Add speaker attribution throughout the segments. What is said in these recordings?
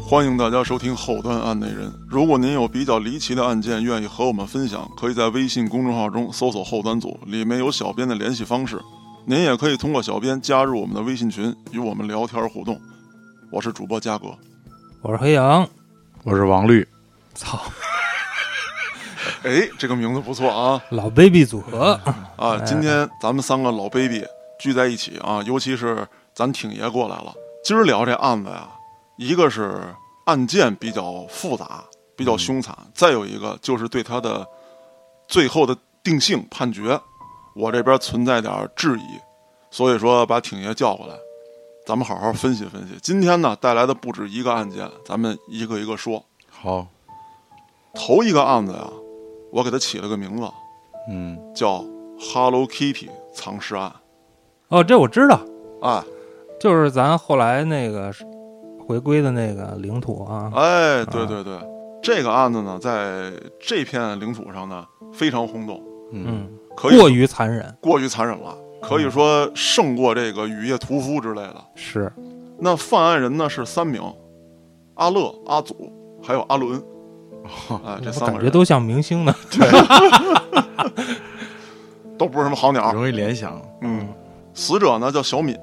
Speaker 1: 欢迎大家收听《后端案内人》。如果您有比较离奇的案件，愿意和我们分享，可以在微信公众号中搜索“后端组”，里面有小编的联系方式。您也可以通过小编加入我们的微信群，与我们聊天互动。我是主播嘉哥，
Speaker 2: 我是黑羊，
Speaker 3: 我是王绿，
Speaker 2: 操，
Speaker 1: 哎，这个名字不错啊
Speaker 2: 老 baby 组合，
Speaker 1: 啊！今天咱们三个老 baby 聚在一起啊，尤其是咱挺爷过来了。今儿聊这案子呀、一个是案件比较复杂，比较凶残；再有一个就是对他的最后的定性判决，我这边存在点质疑，所以说把挺爷叫过来，咱们好好分析分析。今天呢带来的不止一个案件，咱们一个一个说。
Speaker 3: 好，
Speaker 1: 头一个案子呀，啊我给它起了个名字
Speaker 3: 嗯，
Speaker 1: 叫 “Hello Kitty 藏尸案
Speaker 2: 哦，这我知道，”。
Speaker 1: 哎
Speaker 2: 就是咱后来那个回归的那个领土啊，
Speaker 1: 哎，对对对，这个案子呢，在这片领土上呢非常轰动，
Speaker 2: 嗯，
Speaker 1: 可以
Speaker 2: 过于残忍，
Speaker 1: 过于残忍了，可以说胜过这个雨夜屠夫之类的。
Speaker 2: 是，
Speaker 1: 那犯案人呢是三名，阿乐、阿祖还有阿 伦。哎，这
Speaker 2: 我
Speaker 1: 三
Speaker 2: 感
Speaker 1: 个
Speaker 2: 觉
Speaker 1: 人
Speaker 2: 都像明星呢，
Speaker 1: 都不是什么好鸟儿。
Speaker 3: 容易联想，
Speaker 1: 嗯，死者呢叫小敏，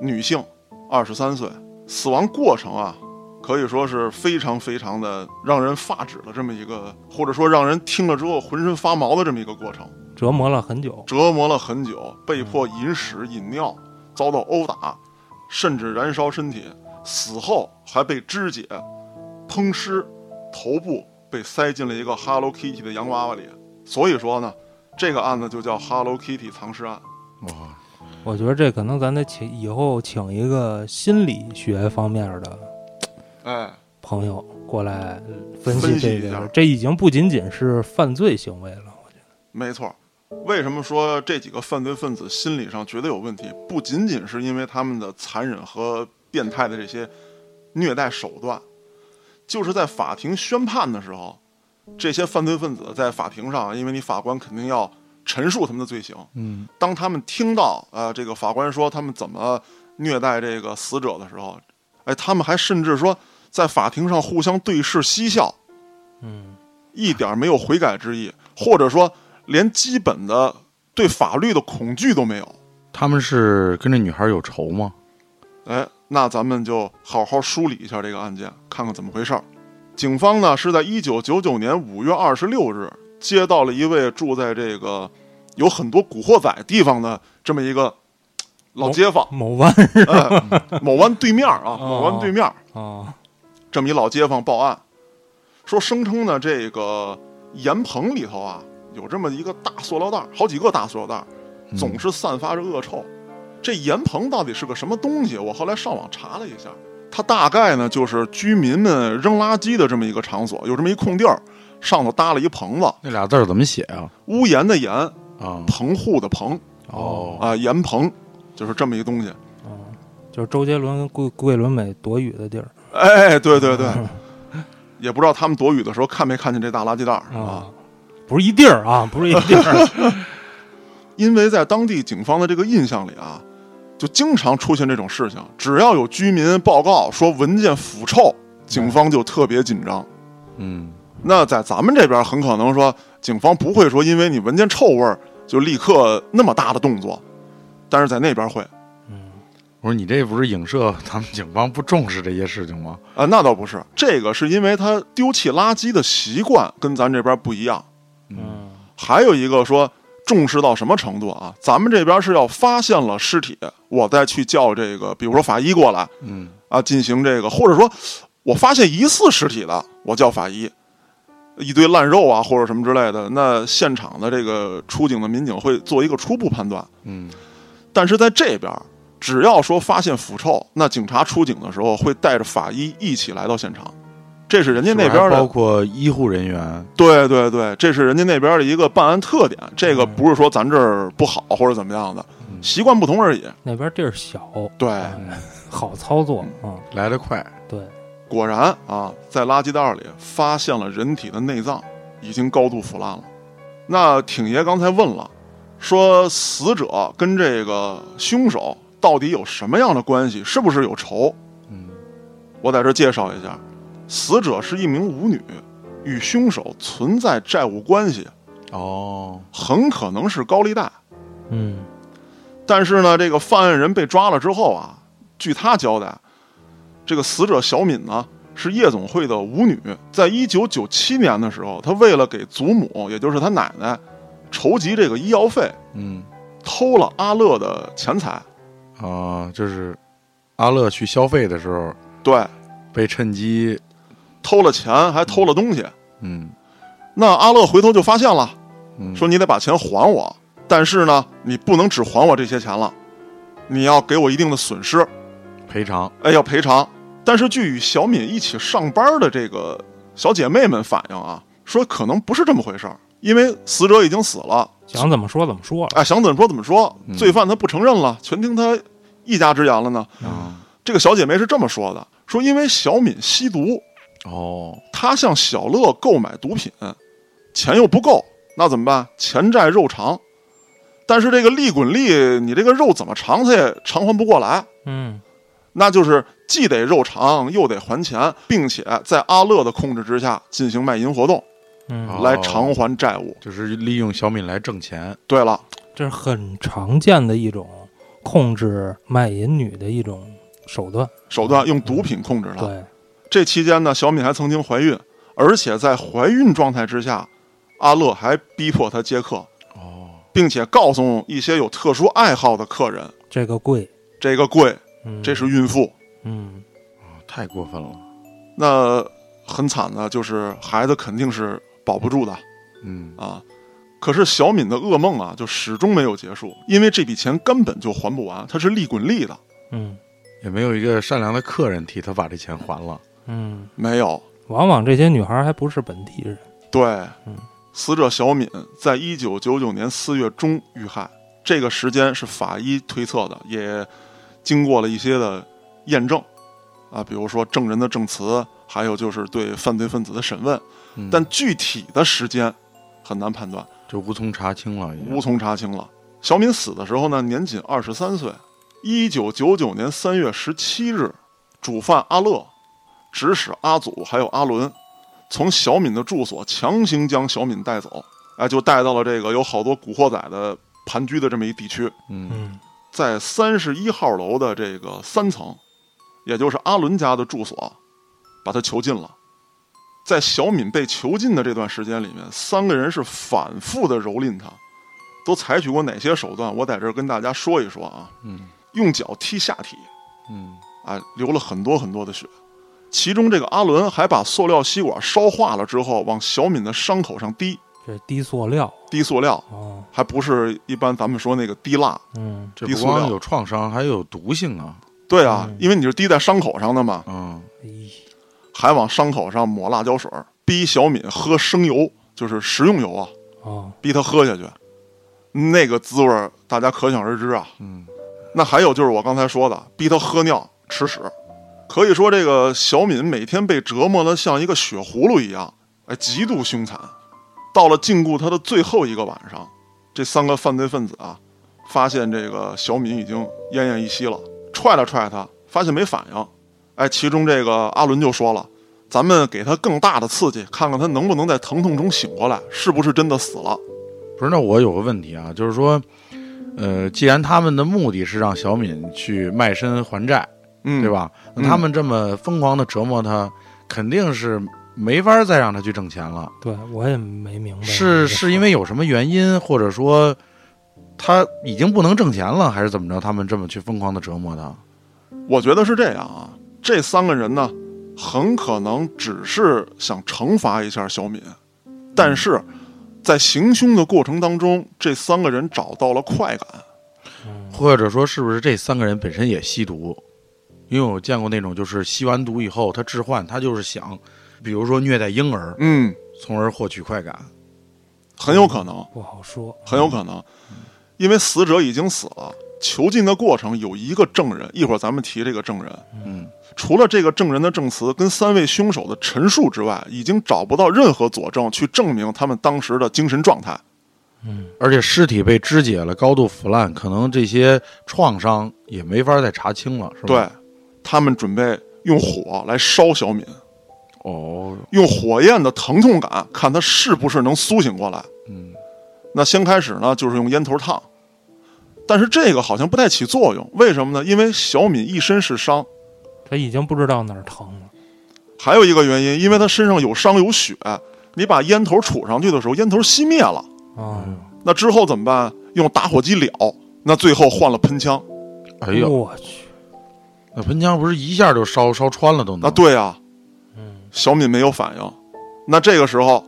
Speaker 1: 女性，二十三岁。死亡过程啊，可以说是非常非常的让人发指的这么一个，或者说让人听了之后浑身发毛的这么一个过程，
Speaker 2: 折磨了很久，
Speaker 1: 折磨了很久，被迫饮屎饮尿，遭到殴打，甚至燃烧身体。死后还被肢解、烹尸，头部被塞进了一个 Hello Kitty 的洋娃娃里。所以说呢，这个案子就叫 Hello Kitty 藏尸案。
Speaker 3: 哇，
Speaker 2: 我觉得这可能咱得请以后请一个心理学方面的
Speaker 1: 哎，
Speaker 2: 朋友过来分
Speaker 1: 分
Speaker 2: 析
Speaker 1: 析
Speaker 2: 这
Speaker 1: 一下
Speaker 2: 个，这已经不仅仅是犯罪行为了，我觉得，
Speaker 1: 没错儿，为什么说这几个犯罪分子心理上绝对有问题？不仅仅是因为他们的残忍和变态的这些虐待手段，就是在法庭宣判的时候，这些犯罪分子在法庭上，因为你法官肯定要陈述他们的罪行，
Speaker 3: 嗯，
Speaker 1: 当他们听到呃这个法官说他们怎么虐待这个死者的时候，哎，他们还甚至说在法庭上互相对视嬉笑，
Speaker 2: 嗯，
Speaker 1: 一点没有悔改之意，或者说连基本的对法律的恐惧都没有。
Speaker 3: 他们是跟这女孩有仇吗？
Speaker 1: 哎，那咱们就好好梳理一下这个案件，看看怎么回事儿。警方呢是在一九九九年五月二十六日接到了一位住在这个有很多古惑仔地方的这么一个老街坊，
Speaker 2: 某湾
Speaker 1: 哎，某湾对面儿啊，
Speaker 2: 哦
Speaker 1: 某湾对面儿
Speaker 2: 啊，
Speaker 1: 这么一老街坊报案，说声称呢这个盐棚里头啊有这么一个大塑料袋儿，好几个大塑料袋儿，
Speaker 3: 嗯
Speaker 1: 总是散发着恶臭。这盐棚到底是个什么东西？我后来上网查了一下，它大概呢就是居民们扔垃圾的这么一个场所，有这么一空地儿，上头搭了一棚子，
Speaker 3: 那俩字儿怎么写啊？
Speaker 1: 屋檐的檐，
Speaker 3: 啊，
Speaker 1: 棚户的棚
Speaker 3: 哦，
Speaker 1: 啊，盐棚就是这么一东西。
Speaker 2: 嗯，就是周杰伦跟桂桂纶镁躲雨的地儿
Speaker 1: 哎，对对对，也不知道他们躲雨的时候看没看见这大垃圾袋儿啊
Speaker 2: 啊。，不是一地儿啊，不是一地儿，
Speaker 1: 因为在当地警方的这个印象里啊，就经常出现这种事情。只要有居民报告说文件腐臭，警方就特别紧张。
Speaker 3: 嗯，
Speaker 1: 那在咱们这边，很可能说警方不会说因为你文件臭味儿就立刻那么大的动作，但是在那边会啊、
Speaker 2: 嗯，
Speaker 3: 我说你这不是影射咱们警方不重视这些事情吗？
Speaker 1: 呃那倒不是，这个是因为他丢弃垃圾的习惯跟咱这边不一样。
Speaker 2: 嗯，
Speaker 1: 还有一个说重视到什么程度啊？咱们这边是要发现了尸体，我再去叫这个，比如说法医过来，
Speaker 3: 嗯，
Speaker 1: 啊，进行这个，或者说我发现疑似尸体了，我叫法医，一堆烂肉啊或者什么之类的，那现场的这个出警的民警会做一个初步判断。
Speaker 3: 嗯，
Speaker 1: 但是在这边，只要说发现腐臭，那警察出警的时候会带着法医一起来到现场，这是人家那
Speaker 3: 是不
Speaker 1: 边
Speaker 3: 是还包
Speaker 1: 的。
Speaker 3: 括医护人员，
Speaker 1: 对对对，这是人家那边的一个办案特点，这个
Speaker 2: 嗯
Speaker 1: 不是说咱这儿不好或者怎么样的，习惯不同而已。
Speaker 2: 那边地儿小，
Speaker 1: 对，
Speaker 2: 哎好操作啊，
Speaker 3: 来得快，
Speaker 2: 对，
Speaker 1: 果然啊，在垃圾袋里发现了人体的内脏，已经高度腐烂了。那挺爷刚才问了，说死者跟这个凶手到底有什么样的关系？是不是有仇？
Speaker 3: 嗯，
Speaker 1: 我在这介绍一下，死者是一名舞女，与凶手存在债务关系，
Speaker 3: 哦，
Speaker 1: 很可能是高利贷。
Speaker 2: 嗯
Speaker 1: 但是呢，这个犯案人被抓了之后啊，据他交代，这个死者小敏呢是夜总会的舞女，在一九九七年的时候，她为了给祖母，也就是她奶奶，筹集这个医药费，
Speaker 3: 嗯，
Speaker 1: 偷了阿乐的钱财。
Speaker 3: 啊，就是阿乐去消费的时候
Speaker 1: 对，
Speaker 3: 被趁机，
Speaker 1: 偷了钱还偷了东西。
Speaker 3: 嗯
Speaker 1: 那阿乐回头就发现了，
Speaker 3: 嗯，
Speaker 1: 说你得把钱还我，但是呢，你不能只还我这些钱了，你要给我一定的损失。
Speaker 3: 赔偿，
Speaker 1: 哎，要赔偿。但是据与小敏一起上班的这个小姐妹们反映啊，说可能不是这么回事儿，因为死者已经死了，
Speaker 2: 想怎么说怎么说了。
Speaker 1: 哎，想怎么说怎么说，
Speaker 3: 嗯
Speaker 1: 罪犯他不承认了，全听他一家之言了呢。
Speaker 3: 啊，
Speaker 1: 这个小姐妹是这么说的，说因为小敏吸毒，
Speaker 3: 哦，
Speaker 1: 她向小乐购买毒品，钱又不够，那怎么办？钱债肉偿。但是这个利滚利，你这个肉怎么偿，他也偿还不过来。
Speaker 2: 嗯
Speaker 1: 那就是既得肉偿又得还钱，并且在阿乐的控制之下进行卖淫活动
Speaker 2: 嗯，
Speaker 3: 哦
Speaker 1: 来偿还债务。
Speaker 3: 就是利用小敏来挣钱，
Speaker 1: 对了，
Speaker 2: 这是很常见的一种控制卖淫女的一种手段。
Speaker 1: 手段用毒品控制她。
Speaker 2: 对，
Speaker 1: 这期间呢，小敏还曾经怀孕，而且在怀孕状态之下，阿乐还逼迫她接客，
Speaker 3: 哦，
Speaker 1: 并且告诉一些有特殊爱好的客人，
Speaker 2: 这个贵，
Speaker 1: 这个贵，
Speaker 2: 嗯，
Speaker 1: 这是孕妇。
Speaker 2: 嗯
Speaker 3: 太过分了，
Speaker 1: 那很惨的就是孩子肯定是保不住的。
Speaker 3: 嗯，
Speaker 1: 啊。可是小敏的噩梦啊，就始终没有结束，因为这笔钱根本就还不完，它是利滚利的。
Speaker 2: 嗯
Speaker 3: 也没有一个善良的客人替他把这钱还了，
Speaker 2: 嗯，
Speaker 1: 没有，
Speaker 2: 往往这些女孩还不是本地人。
Speaker 1: 对，
Speaker 2: 嗯
Speaker 1: 死者小敏在一九九九年四月中遇害，这个时间是法医推测的，也经过了一些的验证啊，比如说证人的证词，还有就是对犯罪分子的审问，
Speaker 3: 嗯
Speaker 1: 但具体的时间很难判断，
Speaker 3: 就无从查清了，已经
Speaker 1: 无从查清了。小敏死的时候呢，年仅二十三岁。一九九九年三月十七日，主犯阿乐指使阿祖还有阿伦，从小敏的住所强行将小敏带走，哎，就带到了这个有好多古惑仔的盘踞的这么一地区，
Speaker 3: 嗯
Speaker 2: 嗯
Speaker 1: 在三十一号楼的这个三层，也就是阿伦家的住所，把他囚禁了。在小敏被囚禁的这段时间里面，三个人是反复的蹂躏她，都采取过哪些手段？我在这儿跟大家说一说啊。
Speaker 3: 嗯
Speaker 1: 用脚踢下体，
Speaker 3: 嗯，
Speaker 1: 啊，流了很多很多的血。其中这个阿伦还把塑料吸管烧化了之后，往小敏的伤口上滴
Speaker 2: 这是低塑料
Speaker 1: 滴塑料，
Speaker 2: 哦，
Speaker 1: 还不是一般咱们说那个滴蜡。
Speaker 2: 嗯
Speaker 3: 这
Speaker 1: 低
Speaker 3: 不
Speaker 1: 塑料
Speaker 3: 光有创伤，还有毒性啊，
Speaker 1: 对啊，
Speaker 2: 嗯
Speaker 1: 因为你是滴在伤口上的嘛，
Speaker 3: 嗯，
Speaker 2: 咦
Speaker 1: 还往伤口上抹辣椒水儿，逼小敏喝生油，就是食用油啊，
Speaker 2: 哦，
Speaker 1: 逼她喝下去，那个滋味儿大家可想而知啊。
Speaker 3: 嗯，
Speaker 1: 那还有就是我刚才说的，逼她喝尿、吃屎，可以说这个小敏每天被折磨的像一个血葫芦一样，哎，极度凶残。到了禁锢她的最后一个晚上，这三个犯罪分子啊，发现这个小敏已经奄奄一息了，踹了踹她，发现没反应。哎，其中这个阿伦就说了：“咱们给她更大的刺激，看看她能不能在疼痛中醒过来，是不是真的死了
Speaker 3: 不是，那我有个问题啊，就是说，呃，既然他们的目的是让小敏去卖身还债，？”
Speaker 1: 嗯，
Speaker 3: 对？吧？那他们这么疯狂的折磨她，肯定是没法再让她去挣钱了。
Speaker 2: 对我也没明白
Speaker 3: 是是因为有什么原因，或者说她已经不能挣钱了，还是怎么着？他们这么去疯狂的折磨她？
Speaker 1: 我觉得是这样啊，这三个人呢，很可能只是想惩罚一下小敏，但是在行凶的过程当中，这三个人找到了快感。
Speaker 3: 或者说是不是这三个人本身也吸毒？因为我见过那种就是吸完毒以后，他置换，他就是想，比如说虐待婴儿，
Speaker 1: 嗯，
Speaker 3: 从而获取快感。
Speaker 1: 很有可能，
Speaker 2: 不好说，
Speaker 1: 很有可能，因为死者已经死了。囚禁的过程有一个证人，一会儿咱们提这个证人。
Speaker 3: 嗯，
Speaker 1: 除了这个证人的证词跟三位凶手的陈述之外，已经找不到任何佐证去证明他们当时的精神状态。
Speaker 2: 嗯
Speaker 3: 而且尸体被肢解了，高度腐烂，可能这些创伤也没法再查清了，是吧？
Speaker 1: 对，他们准备用火来烧小敏。
Speaker 3: 对，哦，
Speaker 1: 用火焰的疼痛感看他是不是能苏醒过来。
Speaker 3: 嗯
Speaker 1: 那先开始呢，就是用烟头烫，但是这个好像不太起作用，为什么呢？因为小敏一身是伤，
Speaker 2: 他已经不知道哪儿疼了。
Speaker 1: 还有一个原因，因为他身上有伤有血，你把烟头杵上去的时候，烟头熄灭了，
Speaker 2: 啊、
Speaker 1: 那之后怎么办？用打火机燎，那最后换了喷枪
Speaker 3: 哎呦，
Speaker 2: 我去，
Speaker 3: 那喷枪不是一下就烧烧穿了都能
Speaker 1: 啊！对啊，
Speaker 2: 嗯，
Speaker 1: 小敏没有反应，那这个时候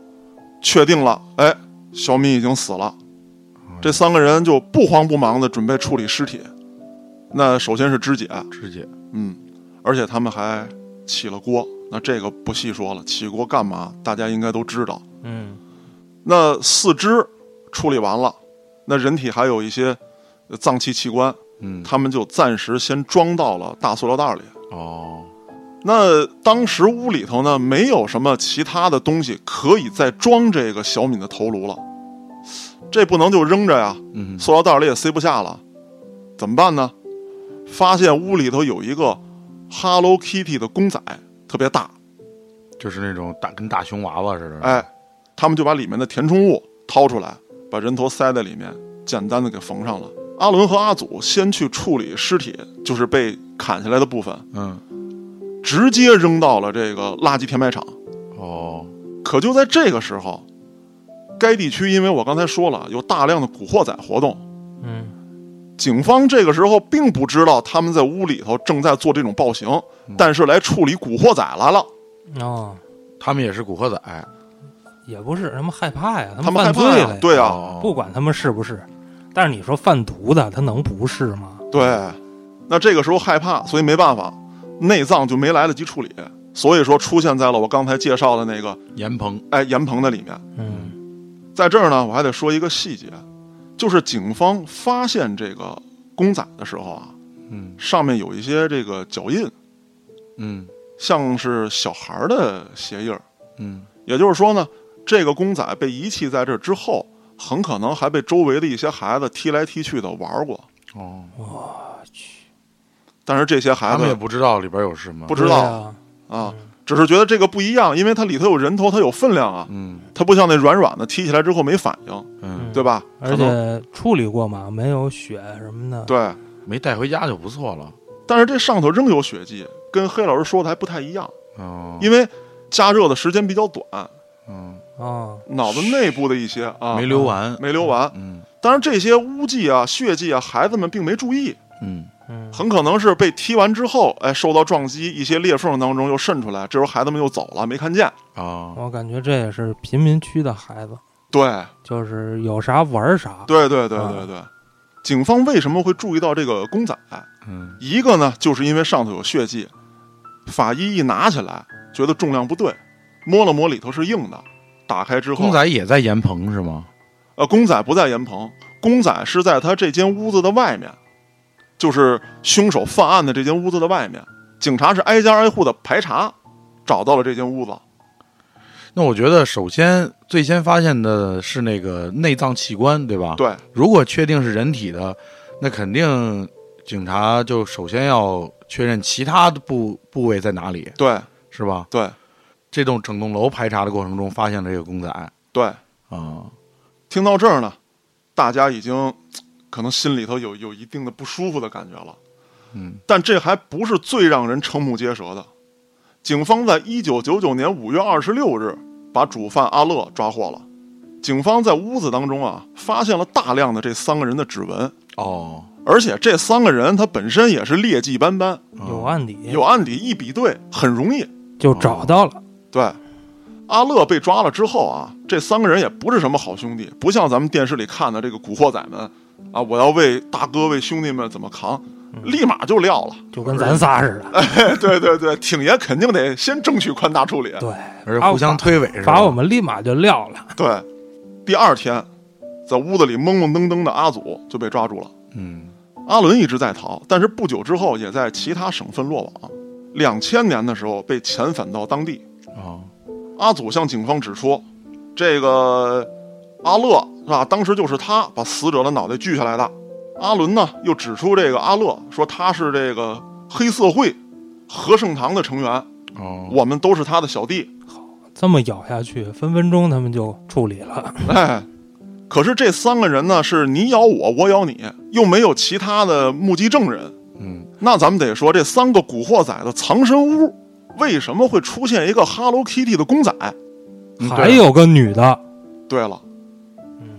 Speaker 1: 确定了，哎，小敏已经死了。这三个人就不慌不忙的准备处理尸体。那首先是肢解，
Speaker 3: 指甲，
Speaker 1: 嗯，而且他们还起了锅。那这个不细说了，起锅干嘛？大家应该都知道。
Speaker 2: 嗯，
Speaker 1: 那四肢处理完了，那人体还有一些呃脏器器官，
Speaker 3: 嗯，
Speaker 1: 他们就暂时先装到了大塑料袋里。
Speaker 3: 哦，
Speaker 1: 那当时屋里头呢，没有什么其他的东西可以再装这个小敏的头颅了，这不能就扔着呀，
Speaker 3: 嗯，
Speaker 1: 塑料袋里也塞不下了，怎么办呢？发现屋里头有一个 Hello Kitty 的公仔，特别大，
Speaker 3: 就是那种大跟大熊娃娃似的，，
Speaker 1: 哎，他们就把里面的填充物掏出来，把人头塞在里面，简单的给缝上了。阿伦和阿祖先去处理尸体，就是被砍下来的部分，
Speaker 3: 嗯，
Speaker 1: 直接扔到了这个垃圾填埋场。
Speaker 3: 哦，
Speaker 1: 可就在这个时候，该地区因为我刚才说了有大量的古惑仔活动，
Speaker 2: 嗯，
Speaker 1: 警方这个时候并不知道他们在屋里头正在做这种暴行，
Speaker 2: 嗯
Speaker 1: 但是来处理古惑仔来了。
Speaker 2: 哦，
Speaker 3: 他们也是古惑仔，
Speaker 2: 也不是，他们害怕呀，
Speaker 1: 他
Speaker 2: 们
Speaker 1: 们害
Speaker 2: 犯罪
Speaker 1: 怕
Speaker 2: 了
Speaker 1: 呀
Speaker 2: 呀，
Speaker 1: 对啊，
Speaker 3: 哦
Speaker 2: 不管他们是不是，但是你说贩毒的，他能不是吗？
Speaker 1: 对。那这个时候害怕，所以没办法，内脏就没来得及处理，所以说出现在了我刚才介绍的那个
Speaker 3: 严鹏，
Speaker 1: 哎盐棚的里面。
Speaker 2: 嗯
Speaker 1: 在这儿呢，我还得说一个细节，就是警方发现这个公仔的时候啊，
Speaker 3: 嗯
Speaker 1: 上面有一些这个脚印。
Speaker 3: 嗯
Speaker 1: 像是小孩儿的鞋印儿。
Speaker 3: 嗯，
Speaker 1: 也就是说呢，这个公仔被遗弃在这之后，很可能还被周围的一些孩子踢来踢去的玩过。
Speaker 3: 哦，
Speaker 1: 但是这些孩
Speaker 3: 他们也
Speaker 1: 子
Speaker 3: 不知道里边有什么，
Speaker 1: 不知道
Speaker 2: 对啊，
Speaker 1: 啊，只是觉得这个不一样，因为它里头有人头，它有分量啊，
Speaker 3: 嗯
Speaker 1: 它不像那软软的，踢起来之后没反应，
Speaker 3: 嗯，
Speaker 1: 对吧？
Speaker 2: 而
Speaker 1: 可能
Speaker 2: 且处理过嘛，没有血什么的，
Speaker 1: 对，
Speaker 3: 没带回家就不错了，
Speaker 1: 但是这上头仍有血迹，跟黑老师说的还不太一样，
Speaker 3: 哦，
Speaker 1: 因为加热的时间比较短，
Speaker 3: 嗯，
Speaker 2: 啊，
Speaker 1: 脑子内部的一些啊
Speaker 3: 没留完，
Speaker 1: 没流完，
Speaker 3: 嗯
Speaker 1: 当然这些污迹啊、血迹啊，孩子们并没注意。
Speaker 3: 嗯，
Speaker 2: 嗯，
Speaker 1: 很可能是被踢完之后，哎，受到撞击，一些裂缝当中又渗出来，这时候孩子们又走了，没看见。
Speaker 3: 哦，
Speaker 2: 我感觉这也是贫民区的孩子，
Speaker 1: 对，
Speaker 2: 就是有啥玩啥，
Speaker 1: 对，对，对，
Speaker 2: 啊
Speaker 1: 对，对。警方为什么会注意到这个公仔？
Speaker 3: 嗯
Speaker 1: 一个呢，就是因为上头有血迹，法医一拿起来，觉得重量不对，摸了摸里头是硬的，打开之后，
Speaker 3: 公仔也在严鹏是吗？
Speaker 1: 呃，公仔不在盐棚，公仔是在他这间屋子的外面，就是凶手犯案的这间屋子的外面。警察是挨家挨户的排查，找到了这间屋子。
Speaker 3: 那我觉得，首先最先发现的是那个内脏器官，对吧？。
Speaker 1: 对，
Speaker 3: 如果确定是人体的，那肯定警察就首先要确认其他的部部位在哪里，
Speaker 1: 对，
Speaker 3: 是吧？
Speaker 1: 对，
Speaker 3: 这栋整栋楼排查的过程中发现了这个公仔啊、
Speaker 1: 对，听到这儿呢，大家已经嘖可能心里头有有一定的不舒服的感觉了。
Speaker 3: 嗯，
Speaker 1: 但这还不是最让人瞠目结舌的。警方在一九九九年五月二十六日把主犯阿乐抓获了。警方在屋子当中啊，发现了大量的这三个人的指纹，
Speaker 3: 哦，
Speaker 1: 而且这三个人他本身也是劣迹斑斑，
Speaker 3: 哦
Speaker 2: 有案底，
Speaker 1: 嗯有嗯案底一比对很容易。
Speaker 2: 就找到了，
Speaker 1: 对，阿乐被抓了之后啊，这三个人也不是什么好兄弟，不像咱们电视里看的这个古惑仔们啊，我要为大哥为兄弟们怎么扛，立马就撂了。
Speaker 2: 就跟咱仨似的，
Speaker 1: 对对对，挺爷肯定得先争取宽大处理。
Speaker 2: 对，
Speaker 3: 而且互相推诿是吧？
Speaker 2: 哦把我们立马就撂了，
Speaker 1: 对，第二天，在屋子里懵懵登登的阿祖就被抓住了。
Speaker 3: 嗯
Speaker 1: 阿伦一直在逃，但是不久之后也在其他省份落网。两千年的时候被遣返到当地，
Speaker 3: 哦
Speaker 1: 阿祖向警方指出，这个阿乐是吧？当时就是他把死者的脑袋锯下来的。阿伦呢，又指出这个阿乐说他是这个黑社会和盛堂的成员，
Speaker 3: 哦，
Speaker 1: 我们都是他的小弟。
Speaker 2: 这么咬下去，分分钟他们就处理了。
Speaker 1: 哎，可是这三个人呢，是你咬我，我咬你，又没有其他的目击证人，
Speaker 3: 嗯，
Speaker 1: 那咱们得说这三个古惑仔的藏身屋为什么会出现一个 Hello Kitty 的公仔？
Speaker 3: 嗯
Speaker 1: 啊
Speaker 2: 还
Speaker 3: 对
Speaker 2: 有个女的，
Speaker 1: 对了，
Speaker 2: 嗯，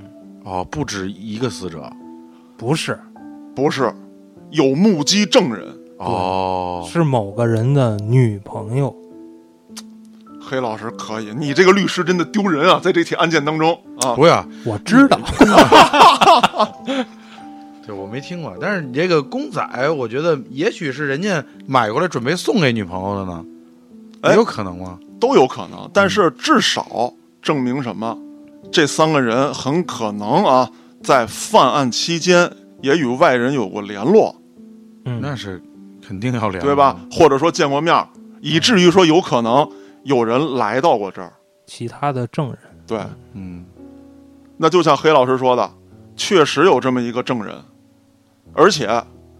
Speaker 3: 哦，不止一个死者
Speaker 2: 不是，
Speaker 1: 不是，有目击证人。
Speaker 3: 哦，
Speaker 2: 是某个人的女朋友。
Speaker 1: 黑老师可以，你这个律师真的丢人啊！在这起案件当中啊，
Speaker 3: 不呀，
Speaker 2: 我知道，
Speaker 3: 对我没听过，但是你这个公仔，我觉得也许是人家买过来准备送给女朋友的呢，
Speaker 1: 哎
Speaker 3: 也有可能
Speaker 2: 嗯
Speaker 3: 吗？
Speaker 1: 都有可能，但是至少证明什么？这三个人很可能啊，在犯案期间也与外人有过联络，
Speaker 2: 嗯，
Speaker 3: 那是肯定要聊，
Speaker 1: 对吧？？或者说见过面儿，以至于说有可能有人来到过这儿。
Speaker 2: 其他的证人，
Speaker 1: 对，
Speaker 3: 嗯，
Speaker 1: 那就像黑老师说的，确实有这么一个证人，而且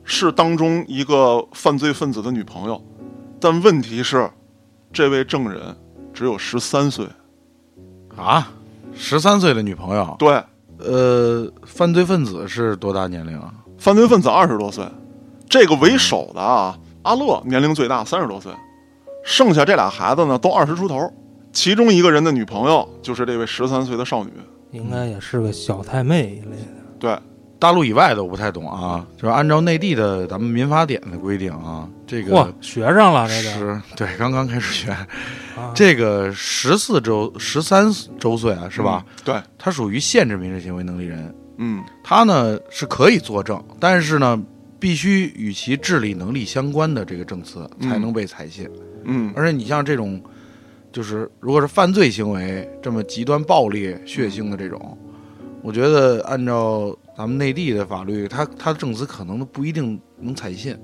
Speaker 1: 是当中一个犯罪分子的女朋友。但问题是，这位证人只有十三岁。
Speaker 3: 啊，十三岁的女朋友，
Speaker 1: 对，
Speaker 3: 呃，犯罪分子是多大年龄啊？
Speaker 1: 犯罪分子二十多岁，这个为首的啊，阿乐年龄最大，三十多岁，剩下这俩孩子呢都二十出头，其中一个人的女朋友就是这位十三岁的少女。
Speaker 2: 应该也是个小太妹一类的。
Speaker 1: 对，
Speaker 3: 大陆以外的我不太懂啊，就是按照内地的咱们民法典的规定啊，这
Speaker 2: 哇
Speaker 3: 个，
Speaker 2: 学上了这个，
Speaker 3: 十对刚刚开始学，
Speaker 2: 啊
Speaker 3: 这个十四周十三周岁啊，是吧？？
Speaker 1: 嗯对，
Speaker 3: 他属于限制民事行为能力人，
Speaker 1: 嗯，
Speaker 3: 他呢是可以作证，但是呢必须与其智力能力相关的这个证词才能被采信。
Speaker 1: 嗯，
Speaker 3: 而且你像这种，就是如果是犯罪行为这么极端暴力、血腥的这种，我觉得按照咱们内地的法律，他他证词可能都不一定能采信。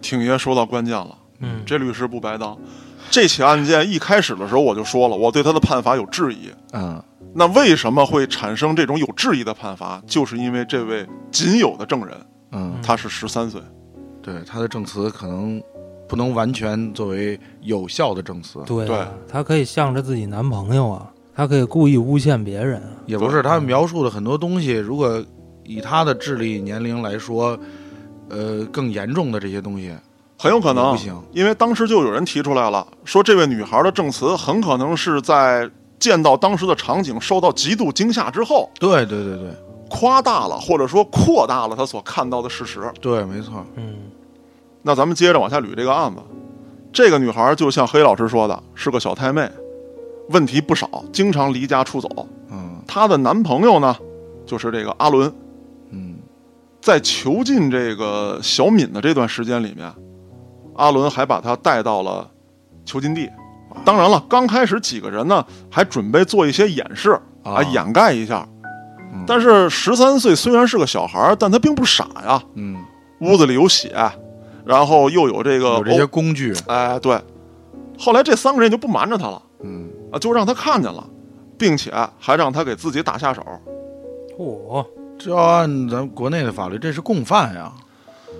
Speaker 1: 挺爷说到关键了，
Speaker 2: 嗯，
Speaker 1: 这律师不白当。这起案件一开始的时候我就说了，我对他的判罚有质疑。
Speaker 3: 嗯，
Speaker 1: 那为什么会产生这种有质疑的判罚？就是因为这位仅有的证人
Speaker 3: 嗯，
Speaker 1: 他是十三岁，
Speaker 3: 对，他的证词可能不能完全作为有效的证词，
Speaker 2: 对啊
Speaker 1: 对
Speaker 2: 她可以向着自己男朋友啊，她可以故意诬陷别人啊。
Speaker 3: 也不是他描述的很多东西，如果以他的智力年龄来说，呃，更严重的这些东西，
Speaker 1: 很有可能
Speaker 3: 不行
Speaker 1: 因为当时就有人提出来了，说这位女孩的证词很可能是在见到当时的场景受到极度惊吓之后，
Speaker 3: 对对对对
Speaker 1: 夸大了或者说扩大了她所看到的事实。
Speaker 3: 对，没错，
Speaker 2: 嗯，
Speaker 1: 那咱们接着往下捋这个案子。这个女孩就像黑老师说的，是个小太妹，问题不少，经常离家出走。
Speaker 3: 嗯
Speaker 1: 她的男朋友呢，就是这个阿伦。
Speaker 3: 嗯。
Speaker 1: 在囚禁这个小敏的这段时间里面，阿伦还把她带到了囚禁地。当然了，刚开始几个人呢还准备做一些掩饰
Speaker 3: 啊
Speaker 1: 掩盖一下
Speaker 3: 嗯。
Speaker 1: 但是十三岁虽然是个小孩儿，但他并不傻呀。
Speaker 3: 嗯，
Speaker 1: 屋子里有血，然后又有这个
Speaker 3: 有这些
Speaker 1: 哦
Speaker 3: 工具，
Speaker 1: 哎，对。后来这三个人就不瞒着他了
Speaker 3: 嗯，
Speaker 1: 啊，就让他看见了，并且还让他给自己打下手。
Speaker 2: 嚯、
Speaker 3: 这要按咱们国内的法律，这是共犯呀，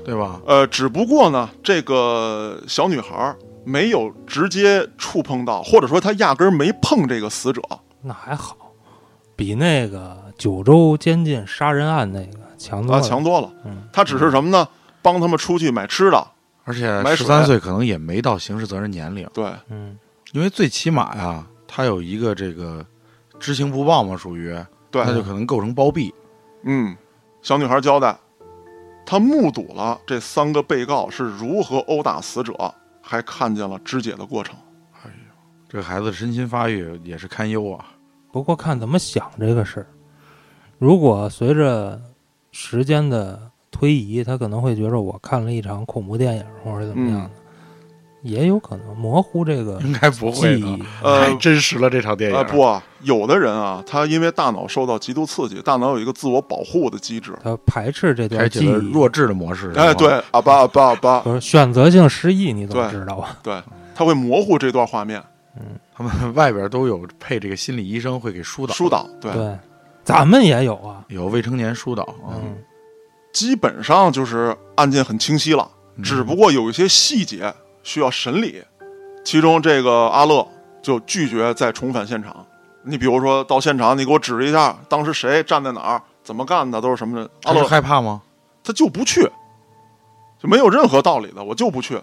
Speaker 3: 对吧？
Speaker 1: 呃，只不过呢，这个小女孩儿没有直接触碰到，或者说她压根儿没碰这个死者。
Speaker 2: 那还好，比那个九州监禁杀人案那个强多
Speaker 1: 啊，
Speaker 2: 了。
Speaker 1: 强多了
Speaker 2: 嗯。
Speaker 1: 他只是什么呢？帮他们出去买吃的。
Speaker 3: 而且
Speaker 1: 买
Speaker 3: 十
Speaker 1: 水
Speaker 3: 三岁可能也没到刑事责任年龄，
Speaker 1: 对，
Speaker 2: 嗯，
Speaker 3: 因为最起码呀，他有一个这个知情不报嘛，属于，
Speaker 2: 啊
Speaker 1: 对
Speaker 3: 那，就可能构成包庇。
Speaker 1: 嗯，小女孩交代，她目睹了这三个被告是如何殴打死者，还看见了肢解的过程。
Speaker 3: 这个孩子的身心发育也是堪忧 啊。
Speaker 2: 不过看怎么想这个事儿。如果随着时间的推移，他可能会觉着我看了一场恐怖电影或者怎么样的，也有可能模糊这个
Speaker 3: 应该嗯不
Speaker 2: 记
Speaker 3: 会的呃
Speaker 2: 忆。
Speaker 1: 呃
Speaker 3: 太真实了这场电
Speaker 1: 啊、
Speaker 3: 影。
Speaker 1: 不，啊，有的人啊，他因为大脑受到极度刺激，大脑有一个自我保护的机制。
Speaker 2: 他排斥这
Speaker 3: 开
Speaker 2: 段
Speaker 3: 启
Speaker 2: 记
Speaker 3: 了
Speaker 2: 忆，
Speaker 3: 弱智的模式。
Speaker 1: 哎，
Speaker 3: 是吧，
Speaker 1: 对，啊吧啊吧啊吧，
Speaker 2: 不是选择性失忆，你怎么
Speaker 1: 对
Speaker 2: 知道啊？
Speaker 1: 对，他会模糊这段画面，
Speaker 3: 他们外边都有配这个心理医生会给疏导，
Speaker 1: 疏导。对，
Speaker 2: 对，咱们也有啊。
Speaker 3: 有未成年疏导啊。
Speaker 2: 嗯，
Speaker 1: 基本
Speaker 3: 嗯
Speaker 1: 上就是案件很清晰了，只不过有一些细节需要审理。其中这个阿乐就拒绝再重返现场。你比如说到现场，你给我指一下，当时谁站在哪儿，怎么干的，都是什么的。阿
Speaker 3: 他是
Speaker 1: 乐
Speaker 3: 害怕吗？
Speaker 1: 他就不去，就没有任何道理的，我就不去。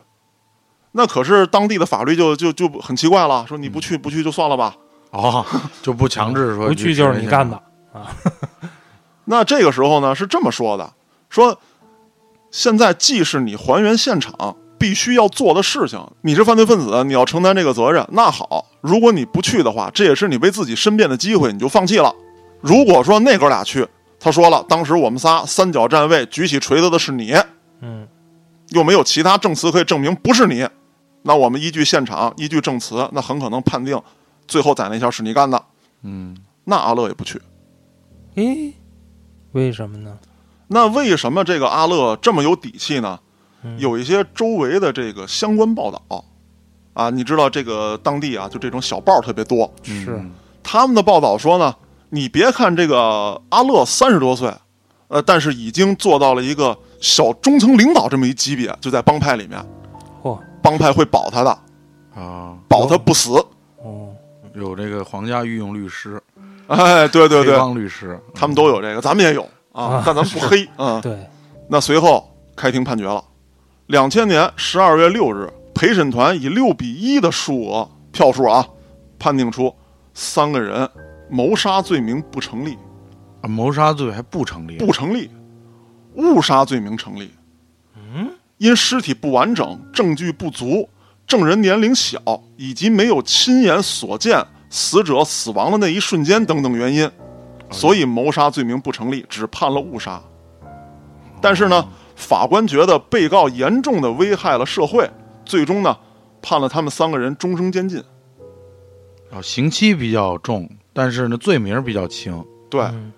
Speaker 1: 那可是当地的法律就就就很奇怪了，说你不去不去就算了吧。
Speaker 3: 哦， 就不强制说
Speaker 2: 不去就是你干
Speaker 3: 的。
Speaker 2: 的，
Speaker 1: 那这个时候呢，是这么说的：说现在既是你还原现场必须要做的事情，你是犯罪分子，你要承担这个责任。那好，如果你不去的话，这也是你为自己申辩的机会，你就放弃了。如果说那哥俩去，他说了，当时我们仨三角站位，举起锤子的是你，
Speaker 2: 嗯，
Speaker 1: 又没有其他证词可以证明不是你，那我们依据现场，依据证词，那很可能判定最后在那下是你干的。
Speaker 3: 嗯，
Speaker 1: 那阿乐也不去。
Speaker 2: 诶，为什么呢？
Speaker 1: 那为什么这个阿乐这么有底气呢？
Speaker 2: 嗯
Speaker 1: 有一些周围的这个相关报道，啊，你知道这个当地啊，就这种小报特别多。
Speaker 2: 是
Speaker 3: 嗯
Speaker 1: 他们的报道说呢，你别看这个阿乐三十多岁，呃，但是已经做到了一个小中层领导这么一级别，就在帮派里面，
Speaker 2: 嚯
Speaker 1: 帮派会保他的，
Speaker 3: 啊，
Speaker 1: 保他不死。
Speaker 2: 哦，
Speaker 3: 有这个皇家御用律师，
Speaker 1: 哎，对对
Speaker 3: 黑
Speaker 1: 对，
Speaker 3: 帮律师，
Speaker 1: 他们都有这个，咱们也有啊
Speaker 2: 啊，
Speaker 1: 但咱们不 黑，嗯。
Speaker 2: 对，
Speaker 1: 那随后开庭判决了，两千年十二月六日，陪审团以六比一的数额票数啊，判定出三个人谋杀罪名不成立，
Speaker 3: 啊谋杀罪还不成立，
Speaker 1: 不成立，误杀罪名成立。
Speaker 2: 嗯，
Speaker 1: 因尸体不完整、证据不足、证人年龄小以及没有亲眼所见死者死亡的那一瞬间等等原因，
Speaker 2: 哎
Speaker 1: 所以谋杀罪名不成立，只判了误杀。但是
Speaker 2: 哦
Speaker 1: 呢，法官觉得被告严重的危害了社会，最终呢，判了他们三个人终生监禁。
Speaker 3: 啊，刑期比较重，但是呢，罪名比较轻。
Speaker 1: 对，
Speaker 2: 嗯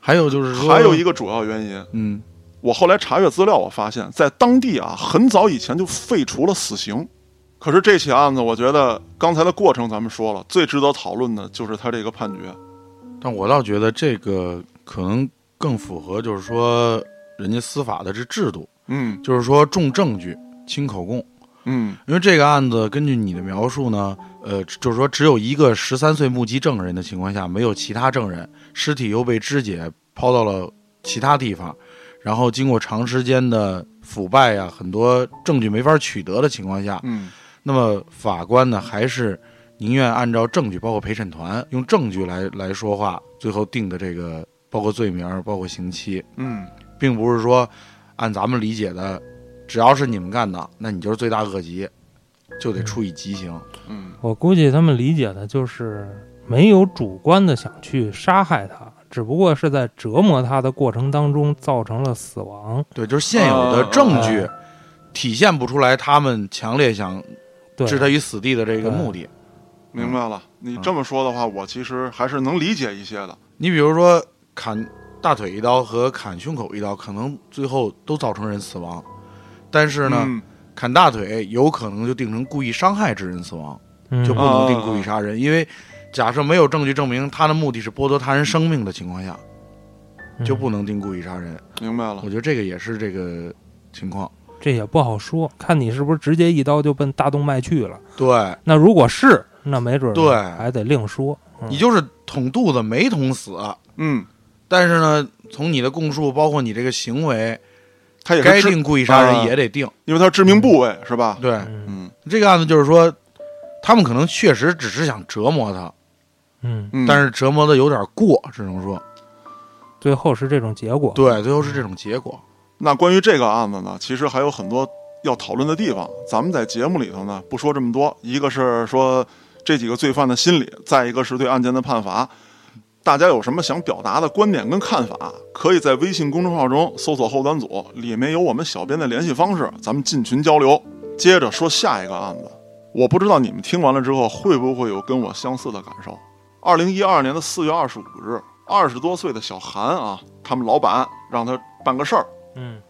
Speaker 3: 还有就是说，
Speaker 1: 还有一个主要原因，
Speaker 3: 嗯，
Speaker 1: 我后来查阅资料，我发现，在当地啊，很早以前就废除了死刑。可是这起案子，我觉得刚才的过程咱们说了，最值得讨论的就是他这个判决。
Speaker 3: 但我倒觉得这个可能更符合，就是说人家司法的这制度，
Speaker 1: 嗯
Speaker 3: 就是说重证据轻口供。
Speaker 1: 嗯
Speaker 3: 因为这个案子，根据你的描述呢，呃，就是说只有一个十三岁目击证人的情况下，没有其他证人，尸体又被肢解抛到了其他地方，然后经过长时间的腐败呀、很多证据没法取得的情况下，
Speaker 1: 嗯
Speaker 3: 那么法官呢，还是宁愿按照证据，包括陪审团用证据来来说话，最后定的这个包括罪名，包括刑期，
Speaker 1: 嗯，
Speaker 3: 并不是说按咱们理解的，只要是你们干的，那你就是罪大恶极，就得处以极刑。
Speaker 1: 嗯，
Speaker 2: 我估计他们理解的就是没有主观的想去杀害他，只不过是在折磨他的过程当中造成了死亡，
Speaker 3: 对，就是现有的证据
Speaker 2: 哦
Speaker 3: 体现不出来他们强烈想
Speaker 2: 对，
Speaker 3: 置他于死地的这个目的。
Speaker 1: 明白了。你这么说的话，我其实还是能理解一些的。
Speaker 3: 你比如说砍大腿一刀和砍胸口一刀，可能最后都造成人死亡，但是呢。
Speaker 1: 嗯
Speaker 3: 砍大腿有可能就定成故意伤害致人死亡，
Speaker 2: 嗯
Speaker 3: 就不能定故意杀人，因为假设没有证据证明他的目的是剥夺他人生命的情况下，就不
Speaker 2: 嗯
Speaker 3: 能定故意杀人。
Speaker 1: 明白了
Speaker 3: 我。觉得这个也是这个情况。
Speaker 2: 这也不好说，看你是不是直接一刀就奔大动脉去了。
Speaker 3: 对
Speaker 2: 那如果是，那没准儿
Speaker 3: 对
Speaker 2: 还得另说。嗯
Speaker 3: 你就是捅肚子没捅死，
Speaker 1: 嗯，
Speaker 3: 但是呢，从你的供述，包括你这个行为，
Speaker 1: 他也
Speaker 3: 该
Speaker 1: 是致，
Speaker 3: 定故意杀
Speaker 1: 啊
Speaker 3: 人也得定。
Speaker 1: 因为他是致命部位是吧？
Speaker 3: 对，
Speaker 2: 嗯
Speaker 1: 嗯
Speaker 3: 这个案子就是说，他们可能确实只是想折磨他，
Speaker 2: 嗯，
Speaker 1: 嗯，
Speaker 3: 但是折磨的有点过，只能说，
Speaker 2: 最后是这种结果。
Speaker 3: 对，最后是这种结果。，
Speaker 1: 那关于这个案子呢，其实还有很多要讨论的地方。咱们在节目里头呢，不说这么多，一个是说这几个罪犯的心理，再一个是对案件的判罚。大家有什么想表达的观点跟看法，可以在微信公众号中搜索“后端组”，里面有我们小编的联系方式，咱们进群交流。接着说下一个案子，我不知道你们听完了之后会不会有跟我相似的感受。二零一二年的四月二十五日，二十多岁的小韩啊，他们老板让他办个事儿，
Speaker 2: 嗯，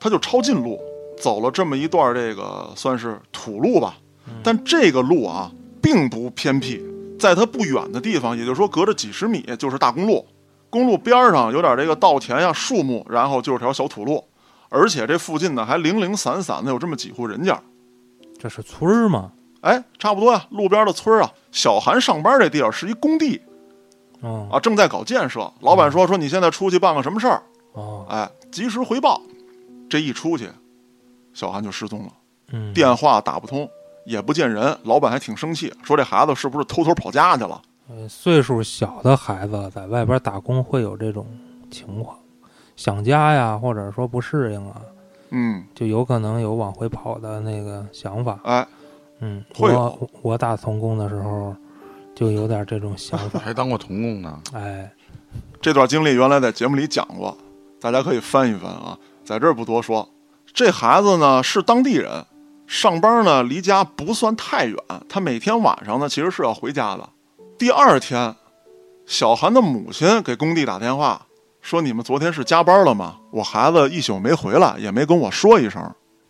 Speaker 1: 他就抄近路，走了这么一段这个算是土路吧
Speaker 2: 嗯。
Speaker 1: 但这个路啊，并不偏僻，在他不远的地方，也就是说隔着几十米就是大公路，公路边儿上有点这个稻田呀、树木，然后就是条小土路，而且这附近呢还零零散散的有这么几户人家。
Speaker 2: 这是村儿嘛？
Speaker 1: 哎，差不多呀、路边的村儿啊，小韩上班这地儿是一工地
Speaker 2: 哦
Speaker 1: 啊，正在搞建设。老板说说你现在出去办个什么事儿，
Speaker 2: 哦，
Speaker 1: 哎，及时回报。这一出去，小韩就失踪了，
Speaker 2: 嗯，
Speaker 1: 电话打不通，也不见人，老板还挺生气，说这孩子是不是偷偷跑家去了？
Speaker 2: 呃岁数小的孩子在外边打工会有这种情况，想家呀，或者说不适应啊，
Speaker 1: 嗯，
Speaker 2: 就有可能有往回跑的那个想法。
Speaker 1: 哎，
Speaker 2: 嗯，
Speaker 1: 会有
Speaker 2: 我我打童工的时候就有点这种想 法
Speaker 3: 还当过童工呢。
Speaker 2: 哎，
Speaker 1: 这段经历原来在节目里讲过，大家可以翻一翻啊，在这儿不多说。这孩子呢是当地人，上班呢离家不算太远，他每天晚上呢其实是要回家的。第二天，小韩的母亲给工地打电话说：“你们昨天是加班了吗？我孩子一宿没回来，也没跟我说一声。”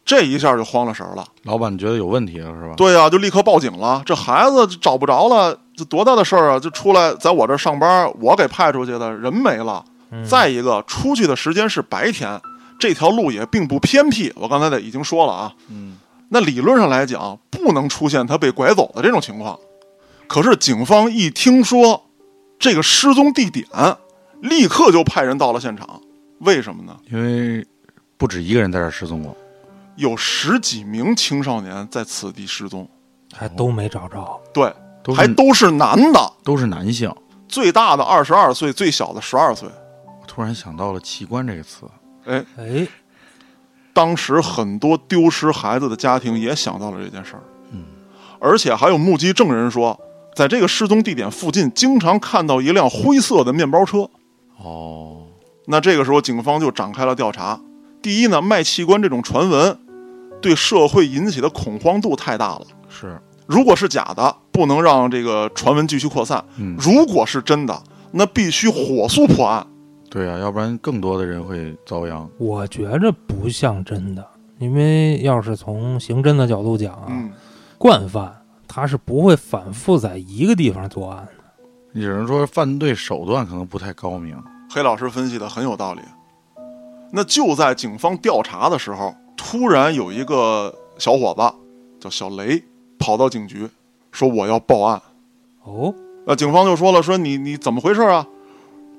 Speaker 1: 这一下就慌了神儿了。
Speaker 3: 老板觉得有问题了是吧？
Speaker 1: 对啊呀、就立刻报警了。这孩子找不着了，这多大的事儿啊！就出来在我这儿上班，我给派出去的人没了。
Speaker 2: 嗯、
Speaker 1: 再一个，出去的时间是白天，这条路也并不偏僻。我刚才得已经说了啊，
Speaker 3: 嗯，
Speaker 1: 那理论上来讲，不能出现他被拐走的这种情况。可是警方一听说这个失踪地点，立刻就派人到了现场。为什么呢？
Speaker 3: 因为不止一个人在这儿失踪过，
Speaker 1: 有十几名青少年在此地失踪，
Speaker 2: 还都没找着，
Speaker 1: 对，
Speaker 3: 都
Speaker 1: 还
Speaker 3: 是
Speaker 1: 都是男的，
Speaker 3: 都是男性。
Speaker 1: 最大的二十二岁，最小的十二岁。
Speaker 3: 我突然想到了“器官”这个词，
Speaker 2: 哎，
Speaker 1: 当时很多丢失孩子的家庭也想到了这件事儿，
Speaker 3: 嗯，
Speaker 1: 而且还有目击证人说，在这个失踪地点附近，经常看到一辆灰色的面包车。
Speaker 3: 哦，
Speaker 1: 那这个时候，警方就展开了调查。第一呢，卖器官这种传闻对社会引起的恐慌度太大了。
Speaker 3: 是，
Speaker 1: 如果是假的，不能让这个传闻继续扩散；
Speaker 3: 嗯，
Speaker 1: 如果是真的，那必须火速破案。
Speaker 3: 对啊，要不然更多的人会遭殃。
Speaker 2: 我觉着不像真的，因为要是从刑侦的角度讲啊，
Speaker 1: 嗯，
Speaker 2: 惯犯他是不会反复在一个地方作案的。
Speaker 3: 有人说犯罪手段可能不太高明，
Speaker 1: 黑老师分析的很有道理。那就在警方调查的时候，突然有一个小伙子叫小雷跑到警局，说我要报案。
Speaker 2: 哦，
Speaker 1: 呃，警方就说了，说你你怎么回事啊？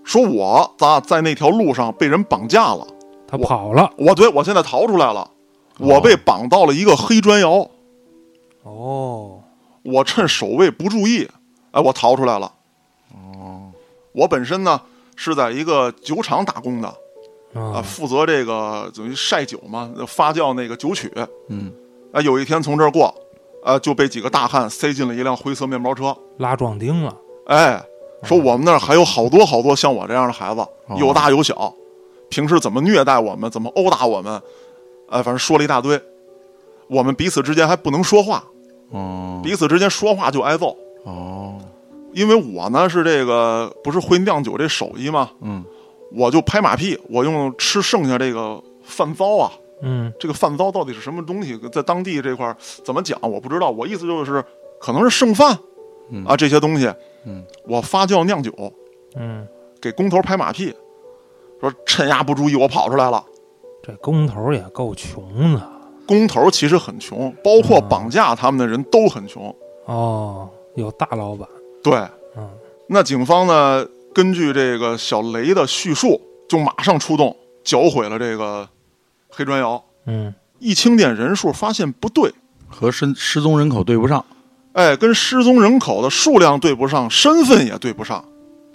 Speaker 1: 说我咋在那条路上被人绑架了？
Speaker 2: 他
Speaker 1: 我
Speaker 2: 跑了。
Speaker 1: 我对我现在逃出来了，我被绑到了一个黑砖窑，
Speaker 2: 哦，
Speaker 1: 我趁守卫不注意，哎，我逃出来了。
Speaker 3: 哦，
Speaker 1: 我本身呢是在一个酒厂打工的，啊，
Speaker 2: 啊，
Speaker 1: 负责这个等于晒酒嘛，发酵那个酒曲。
Speaker 3: 嗯，
Speaker 1: 啊，有一天从这儿过，啊，就被几个大汉塞进了一辆灰色面包车。
Speaker 2: 拉壮丁了。
Speaker 1: 哎，说我们那儿还有好多好多像我这样的孩子，有大有小，平时怎么虐待我们，怎么殴打我们，哎，反正说了一大堆。我们彼此之间还不能说话，
Speaker 3: 哦，
Speaker 1: 彼此之间说话就挨揍。
Speaker 3: 哦，
Speaker 1: 因为我呢是这个不是会酿酒这手艺嘛，
Speaker 3: 嗯，
Speaker 1: 我就拍马屁，我用吃剩下这个饭糟啊，
Speaker 2: 嗯，
Speaker 1: 这个饭糟到底是什么东西，在当地这块儿怎么讲我不知道。我意思就是，可能是剩饭、
Speaker 3: 嗯
Speaker 1: 啊这些东西，
Speaker 3: 嗯，
Speaker 1: 我发酵酿酒，
Speaker 2: 嗯，
Speaker 1: 给工头拍马屁，说趁丫不注意我跑出来了。
Speaker 2: 这工头也够穷的。
Speaker 1: 工头其实很穷，包括
Speaker 2: 嗯
Speaker 1: 绑架他们的人都很穷。
Speaker 2: 哦，有大老板。
Speaker 1: 对，
Speaker 2: 嗯，
Speaker 1: 那警方呢，根据这个小雷的叙述，就马上出动缴毁了这个黑砖窑。
Speaker 2: 嗯，
Speaker 1: 一清点人数，发现不对，
Speaker 3: 和失失踪人口对不上
Speaker 1: 哎，跟失踪人口的数量对不上，身份也对不上。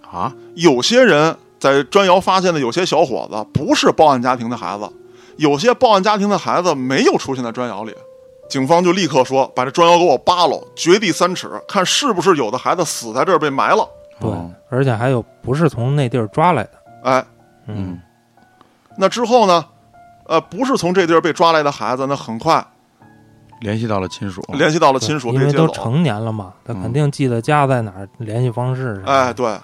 Speaker 3: 啊？
Speaker 1: 有些人在砖窑发现的有些小伙子不是报案家庭的孩子，有些报案家庭的孩子没有出现在砖窑里。警方就立刻说：“把这砖窑给我扒喽，掘地三尺，看是不是有的孩子死在这儿被埋了。
Speaker 2: 对
Speaker 3: 哦，
Speaker 2: 而且还有不是从那地儿抓来的。”
Speaker 1: 哎，
Speaker 2: 嗯，
Speaker 1: 那之后呢？呃，不是从这地儿被抓来的孩子，那很快
Speaker 3: 联系到了亲属，
Speaker 1: 联系到了
Speaker 2: 嗯对
Speaker 1: 亲属
Speaker 2: 因
Speaker 1: 被
Speaker 2: 为
Speaker 1: 接
Speaker 2: 都
Speaker 1: 走。
Speaker 2: 成年了嘛，他肯定记得家在哪儿，联系方式。
Speaker 1: 哎，，对，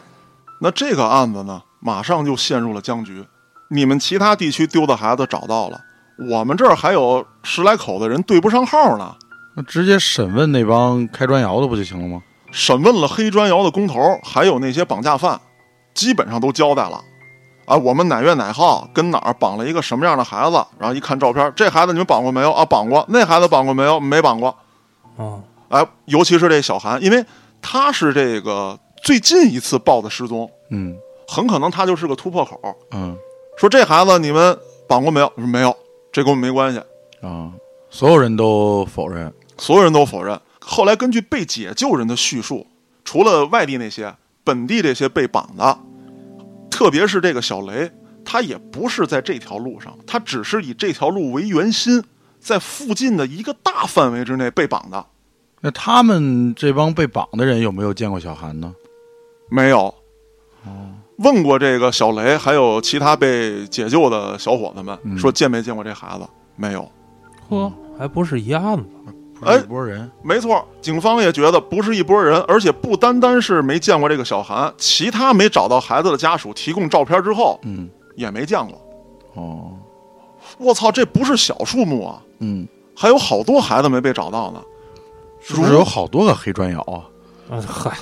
Speaker 1: 那这个案子呢，马上就陷入了僵局。你们其他地区丢的孩子找到了，我们这儿还有十来口的人对不上号呢。
Speaker 3: 那直接审问那帮开砖窑的不就行了吗？
Speaker 1: 审问了黑砖窑的工头，还有那些绑架犯，基本上都交代了。啊，我们哪月哪号跟哪儿绑了一个什么样的孩啊子？然后一看照片，这孩子你们绑过没有？啊，绑过。那孩子绑过没有？没绑过。
Speaker 2: 哦，
Speaker 1: 哎，尤其是这小韩，因为他是这个最近一次报的失踪，
Speaker 3: 嗯
Speaker 1: 很可能他就是个突破口。
Speaker 3: 嗯
Speaker 1: 说这孩子你们绑过没有？我说没有，这跟我们没关系。
Speaker 3: 啊，所有人都否认，
Speaker 1: 所有人都否认。后来根据被解救人的叙述，除了外地那些，本地这些被绑的，特别是这个小雷，他也不是在这条路上，他只是以这条路为圆心，在附近的一个大范围之内被绑的。
Speaker 3: 那他们这帮被绑的人有没有见过小韩呢？
Speaker 1: 没有。问过这个小雷，还有其他被解救的小伙子们，
Speaker 3: 嗯
Speaker 1: 说见没见过这孩子？没有。
Speaker 2: 呵，还不是一案子。
Speaker 3: 不是一拨人，
Speaker 1: 没错，警方也觉得不是一拨人，而且不单单是没见过这个小韩，其他没找到孩子的家属提供照片之后
Speaker 3: 嗯，
Speaker 1: 也没见过。
Speaker 3: 哦，
Speaker 1: 我操，这不是小数目啊，
Speaker 3: 嗯，
Speaker 1: 还有好多孩子没被找到呢。
Speaker 3: 是不是有好多个黑砖窑啊？
Speaker 2: 啊，嗨，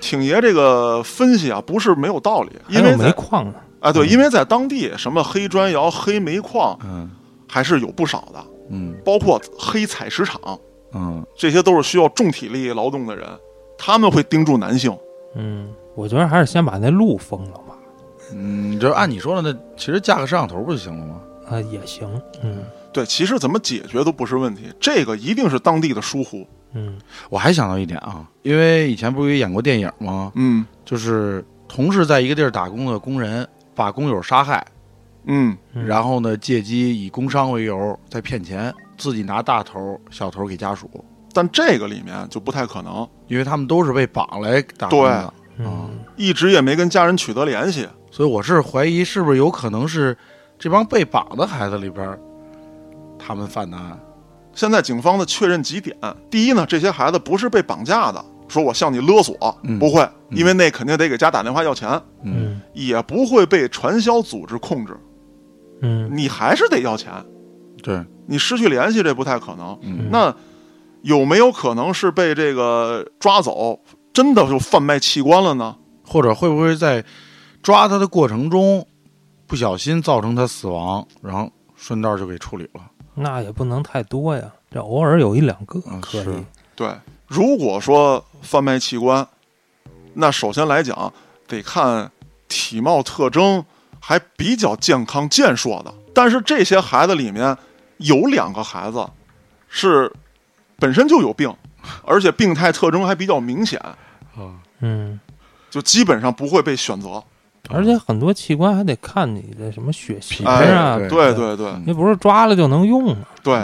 Speaker 1: 挺爷这个分析啊，不是没有道理，
Speaker 2: 还
Speaker 1: 因为
Speaker 2: 有煤
Speaker 1: 在
Speaker 2: 矿呢。
Speaker 1: 哎对，因为在当地什么黑砖窑、黑煤矿
Speaker 3: 嗯
Speaker 1: 还是有不少的，
Speaker 3: 嗯
Speaker 1: 包括黑采石场，
Speaker 3: 嗯
Speaker 1: 这些都是需要重体力劳动的人，他们会盯住男性。
Speaker 2: 嗯，我觉得还是先把那路封了吧。
Speaker 3: 嗯，就是按你说的，那其实架个摄像头不就行了吗？
Speaker 2: 啊，也行。嗯
Speaker 1: 对，其实怎么解决都不是问题，这个一定是当地的疏忽。
Speaker 2: 嗯
Speaker 3: 我还想到一点啊，因为以前不是也演过电影吗？
Speaker 1: 嗯
Speaker 3: 就是同是在一个地儿打工的工人把工友杀害，
Speaker 1: 嗯
Speaker 2: 嗯
Speaker 3: 然后呢借机以工伤为由再骗钱，自己拿大头小头给家属，，
Speaker 1: 但这个里面就不太可能，
Speaker 3: 因为他们都是被绑来打工的，
Speaker 2: 嗯，
Speaker 1: 一直也没跟家人取得联系。
Speaker 3: 所以我是怀疑是不是有可能是这帮被绑的孩子里边儿他们犯的案。
Speaker 1: 现在警方的确认几点：第一呢，这些孩子不是被绑架的，说我向你勒索，
Speaker 3: 嗯
Speaker 1: 不会，因为那肯定得给家打电话要钱，
Speaker 3: 嗯
Speaker 2: 嗯
Speaker 1: 也不会被传销组织控制，
Speaker 2: 嗯
Speaker 1: 你还是得要钱，
Speaker 3: 对，
Speaker 1: 你失去联系这不太可能。
Speaker 3: 嗯
Speaker 1: 那有没有可能是被这个抓走，真的就贩卖器官了呢？
Speaker 3: 或者会不会在抓他的过程中不小心造成他死亡，然后顺道就给处理了？
Speaker 2: 那也不能太多呀，这偶尔有一两个
Speaker 1: 嗯
Speaker 3: 啊
Speaker 2: 可
Speaker 3: 是
Speaker 2: 以。
Speaker 1: 对，如果说贩卖器官，那首先来讲得看体貌特征还比较健康健硕的。但是这些孩子里面有两个孩子是本身就有病， 而且病态特征还比较明显，
Speaker 3: 啊，
Speaker 2: 嗯，
Speaker 1: 就基本上不会被选择。
Speaker 2: 而且很多器官还得看你的什么血型
Speaker 1: 哦哎
Speaker 2: 啊，
Speaker 3: 对
Speaker 1: 对对对
Speaker 2: 也不是抓了就能用啊。
Speaker 1: 对，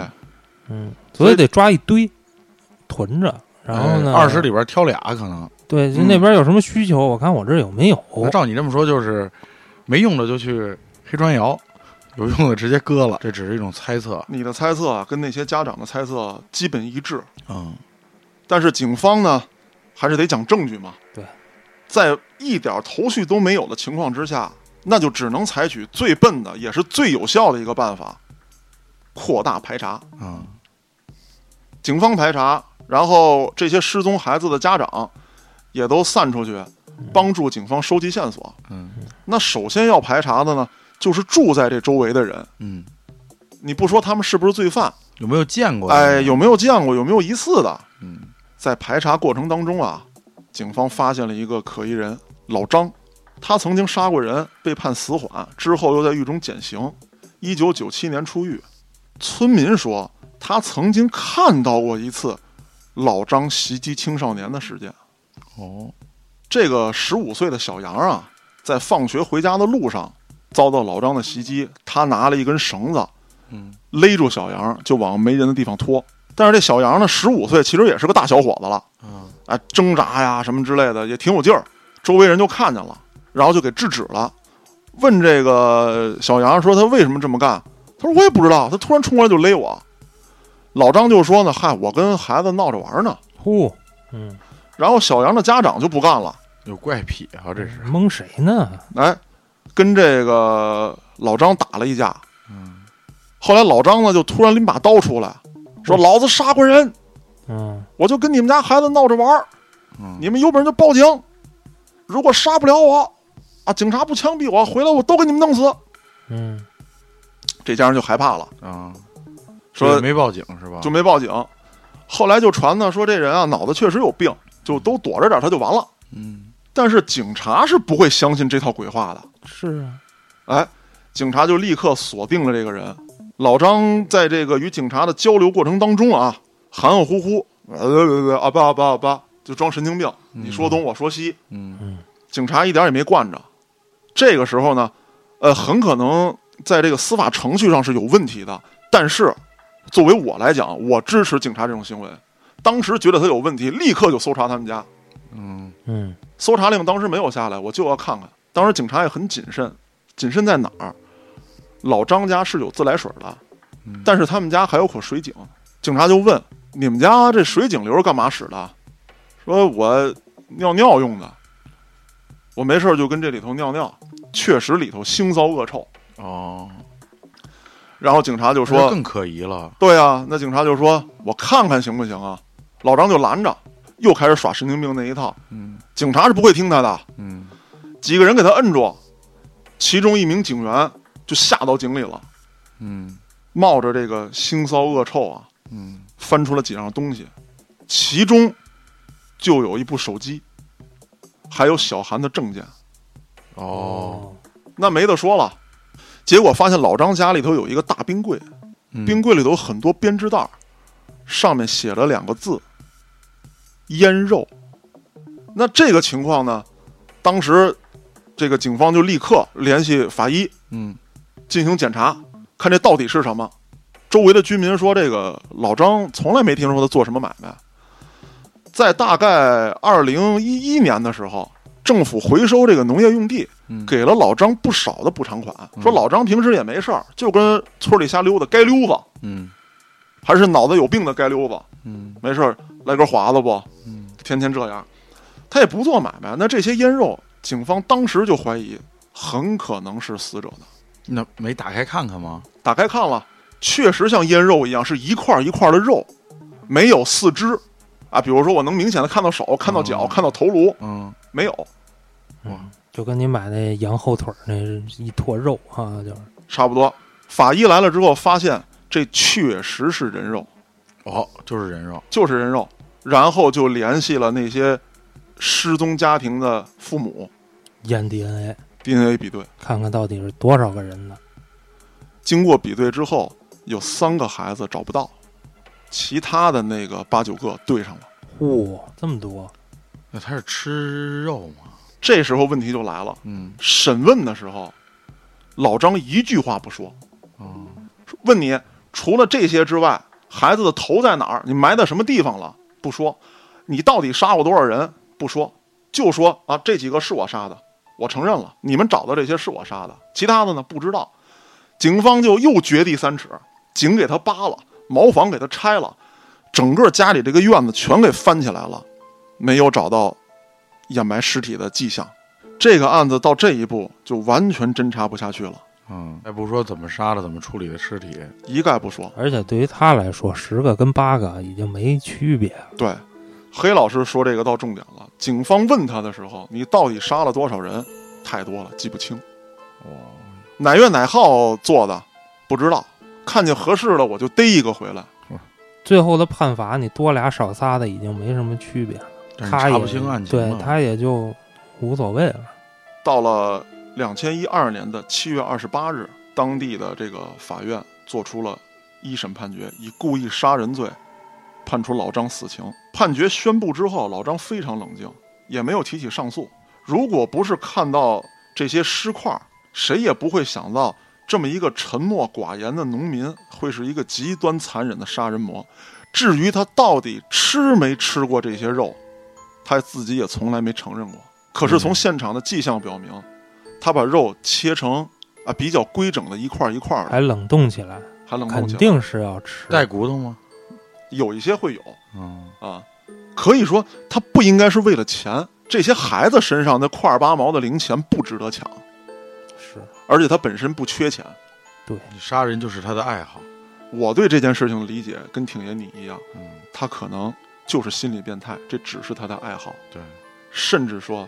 Speaker 2: 嗯，
Speaker 1: 所以
Speaker 2: 所以得抓一堆，囤着。然后呢，
Speaker 3: 哎二十里边挑俩可能。
Speaker 2: 对，就
Speaker 1: 嗯
Speaker 2: 那边有什么需求，我看我这儿有没有。
Speaker 3: 那照你这么说，就是没用的就去黑砖窑，有用的直接割了。这只是一种猜测。
Speaker 1: 你的猜测啊，跟那些家长的猜测基本一致。
Speaker 3: 嗯
Speaker 1: 但是警方呢，还是得讲证据嘛。
Speaker 2: 对，
Speaker 1: 在一点头绪都没有的情况之下，那就只能采取最笨的，也是最有效的一个办法——扩大排查。
Speaker 3: 啊
Speaker 1: 警方排查，然后这些失踪孩子的家长也都散出去，帮助警方收集线索。
Speaker 3: 嗯
Speaker 1: 那首先要排查的呢，就是住在这周围的人。
Speaker 3: 嗯，
Speaker 1: 你不说他们是不是罪犯，
Speaker 3: 有没有见过？
Speaker 1: 哎，有没有见过，有没有疑似的？
Speaker 3: 嗯
Speaker 1: 在排查过程当中啊，警方发现了一个可疑人老张，他曾经杀过人，被判死缓，之后又在狱中减刑，一九九七年出狱。村民说，他曾经看到过一次老张袭击青少年的事件。
Speaker 3: 哦，
Speaker 1: 这个十五岁的小杨啊，在放学回家的路上遭到老张的袭击，他拿了一根绳子
Speaker 3: 嗯
Speaker 1: 勒住小杨，就往没人的地方拖。但是这小杨呢，十五岁，其实也是个大小伙子了。
Speaker 3: 啊
Speaker 1: 啊挣扎呀什么之类的，也挺有劲儿。周围人就看见了，然后就给制止了。问这个小杨说他为什么这么干？他说我也不知道，他突然冲过来就勒我。老张就说呢，嗨，我跟孩子闹着玩呢。
Speaker 2: 呼，嗯，
Speaker 1: 然后小杨的家长就不干了，
Speaker 3: 有怪癖啊，这是。
Speaker 2: 蒙谁呢？
Speaker 1: 哎，跟这个老张打了一架。
Speaker 3: 嗯
Speaker 1: 后来老张呢就突然拎把刀出来，说
Speaker 2: 嗯
Speaker 1: 老子杀过人，
Speaker 2: 嗯
Speaker 1: 我就跟你们家孩子闹着玩儿，
Speaker 3: 嗯，
Speaker 1: 你们有本事就报警，如果杀不了我，啊，警察不枪毙我，回来我都给你们弄死。
Speaker 2: 嗯
Speaker 1: 这家人就害怕了，
Speaker 3: 啊，这
Speaker 1: 说
Speaker 3: 个没报警是吧？
Speaker 1: 就没报警。后来就传呢，说这人啊脑子确实有病，就都躲着点儿他就完了。
Speaker 3: 嗯
Speaker 1: 但是警察是不会相信这套鬼话的，
Speaker 2: 是啊，
Speaker 1: 哎，警察就立刻锁定了这个人。老张在这个与警察的交流过程当中啊，含含糊糊，呃呃呃啊吧啊吧啊吧，就装神经病，你说东我说西，
Speaker 3: 嗯
Speaker 1: 警察一点也没惯着。这个时候呢，呃，很可能在这个司法程序上是有问题的。但是，作为我来讲，我支持警察这种行为。当时觉得他有问题，立刻就搜查他们家。
Speaker 3: 嗯
Speaker 2: 嗯
Speaker 1: 搜查令当时没有下来，我就要看看。当时警察也很谨慎，谨慎在哪儿？老张家是有自来水的，
Speaker 3: 嗯
Speaker 1: 但是他们家还有口水井。警察就问：“你们家这水井流是干嘛使的？”说：“我尿尿用的。我没事儿就跟这里头尿尿，确实里头腥骚恶臭。
Speaker 3: 哦，”
Speaker 1: 然后警察就
Speaker 3: 我
Speaker 1: 说：“
Speaker 3: 更可疑了，
Speaker 1: 对啊，那警察就说：“我看看行不行啊？”老张就拦着，又开始耍神经病那一套。
Speaker 3: 嗯
Speaker 1: 警察是不会听他的，
Speaker 3: 嗯
Speaker 1: 几个人给他摁住，其中一名警员就下到井里了，
Speaker 3: 嗯
Speaker 1: 冒着这个腥骚恶臭啊，
Speaker 3: 嗯
Speaker 1: 翻出了几样东西，其中就有一部手机，还有小韩的证件。
Speaker 3: 哦，
Speaker 1: 那没得说了。结果发现老张家里头有一个大冰柜，
Speaker 3: 嗯
Speaker 1: 冰柜里头有很多编织袋儿，上面写了两个字：腌肉。那这个情况呢，当时这个警方就立刻联系法医
Speaker 3: 嗯
Speaker 1: 进行检查，看这到底是什么。周围的居民说，这个老张从来没听说他做什么买卖。在大概二零一一年的时候，政府回收这个农业用地，
Speaker 3: 嗯
Speaker 1: 给了老张不少的补偿款，
Speaker 3: 嗯
Speaker 1: 说老张平时也没事儿，就跟村里瞎溜达，街溜子，
Speaker 3: 嗯
Speaker 1: 还是脑子有病的街溜子，
Speaker 3: 嗯
Speaker 1: 没事儿来根华子不，
Speaker 3: 嗯
Speaker 1: 天天这样，他也不做买卖。那这些腌肉，警方当时就怀疑很可能是死者的。
Speaker 3: 那没打开看看吗？
Speaker 1: 打开看了，确实像腌肉一样，是一块儿一块儿的肉，没有四肢啊。比如说，我能明显的看到手、看到脚、
Speaker 3: 哦
Speaker 1: 看到头颅，
Speaker 3: 嗯，
Speaker 1: 没有，
Speaker 2: 嗯，就跟你买那羊后腿儿那一坨肉啊，就是
Speaker 1: 差不多。法医来了之后，发现这确实是人肉。
Speaker 3: 哦，就是人肉，
Speaker 1: 就是人肉，然后就联系了那些失踪家庭的父母
Speaker 2: 验 DNA，
Speaker 1: DNA 比对。
Speaker 2: 看看到底是多少个人的。
Speaker 1: 经过比对之后，有三个孩子找不到，其他的那个八九个对上了。
Speaker 2: 嚯、这么多！
Speaker 3: 那他是吃肉吗？
Speaker 1: 这时候问题就来了，
Speaker 3: 嗯
Speaker 1: 审问的时候，老张一句话不说，
Speaker 3: 哦
Speaker 1: 问你除了这些之外，孩子的头在哪儿？你埋在什么地方了？不说，你到底杀过多少人？不说，就说啊，这几个是我杀的，我承认了。你们找的这些是我杀的，其他的呢不知道。警方就又掘地三尺，井给他扒了，茅房给他拆了，整个家里这个院子全给翻起来了，没有找到掩埋尸体的迹象。这个案子到这一步就完全侦查不下去了，
Speaker 3: 嗯，再不说怎么杀的，怎么处理的尸体，
Speaker 1: 一概不说。
Speaker 2: 而且对于他来说，十个跟八个已经没区别了。
Speaker 1: 对，黑老师说这个到重点了。警方问他的时候，你到底杀了多少人？太多了，记不清。
Speaker 3: 哇，
Speaker 1: 哪月哪号做的？不知道。看见合适的我就逮一个回来。
Speaker 2: 最后的判罚，你多俩少仨的已经没什么区别了，
Speaker 3: 但
Speaker 2: 他
Speaker 3: 是
Speaker 2: 也
Speaker 3: 查不清案情
Speaker 2: 对
Speaker 3: 了，
Speaker 2: 他也就无所谓了。
Speaker 1: 到了两千一二年的七月二十八日，当地的这个法院做出了一审判决，以故意杀人罪判处老张死刑。判决宣布之后，老张非常冷静，也没有提起上诉。如果不是看到这些尸块，谁也不会想到这么一个沉默寡言的农民会是一个极端残忍的杀人魔。至于他到底吃没吃过这些肉，他自己也从来没承认过。可是从现场的迹象表明，他把肉切成啊比较规整的一块儿一块儿的，
Speaker 2: 还冷冻起来，
Speaker 1: 还冷
Speaker 2: 哎肯
Speaker 1: 冻起来，
Speaker 2: 定是要吃。
Speaker 3: 带骨头吗？
Speaker 1: 有一些会有。
Speaker 3: 嗯
Speaker 1: 啊，可以说他不应该是为了钱。这些孩子身上那块儿八毛的零钱不值得抢，
Speaker 2: 是
Speaker 1: 而且他本身不缺钱。
Speaker 2: 对，
Speaker 3: 你杀人就是他的爱好，
Speaker 1: 我对这件事情的理解跟挺爷你一样，
Speaker 3: 嗯，
Speaker 1: 他可能就是心理变态，这只是他的爱好，
Speaker 3: 对，
Speaker 1: 甚至说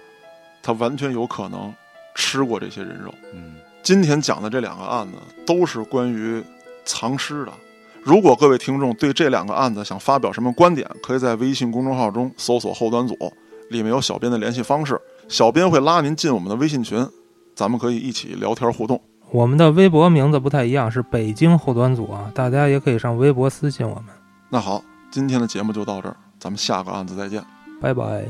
Speaker 1: 他完全有可能吃过这些人肉。
Speaker 3: 嗯
Speaker 1: 今天讲的这两个案子都是关于藏尸的，如果各位听众对这两个案子想发表什么观点，可以在微信公众号中搜索“后端组”，里面有小编的联系方式，小编会拉您进我们的微信群，咱们可以一起聊天互动。
Speaker 2: 我们的微博名字不太一样，是北京后端组啊，大家也可以上微博私信我们。
Speaker 1: 那好，今天的节目就到这儿，咱们下个案子再见。
Speaker 2: 拜拜。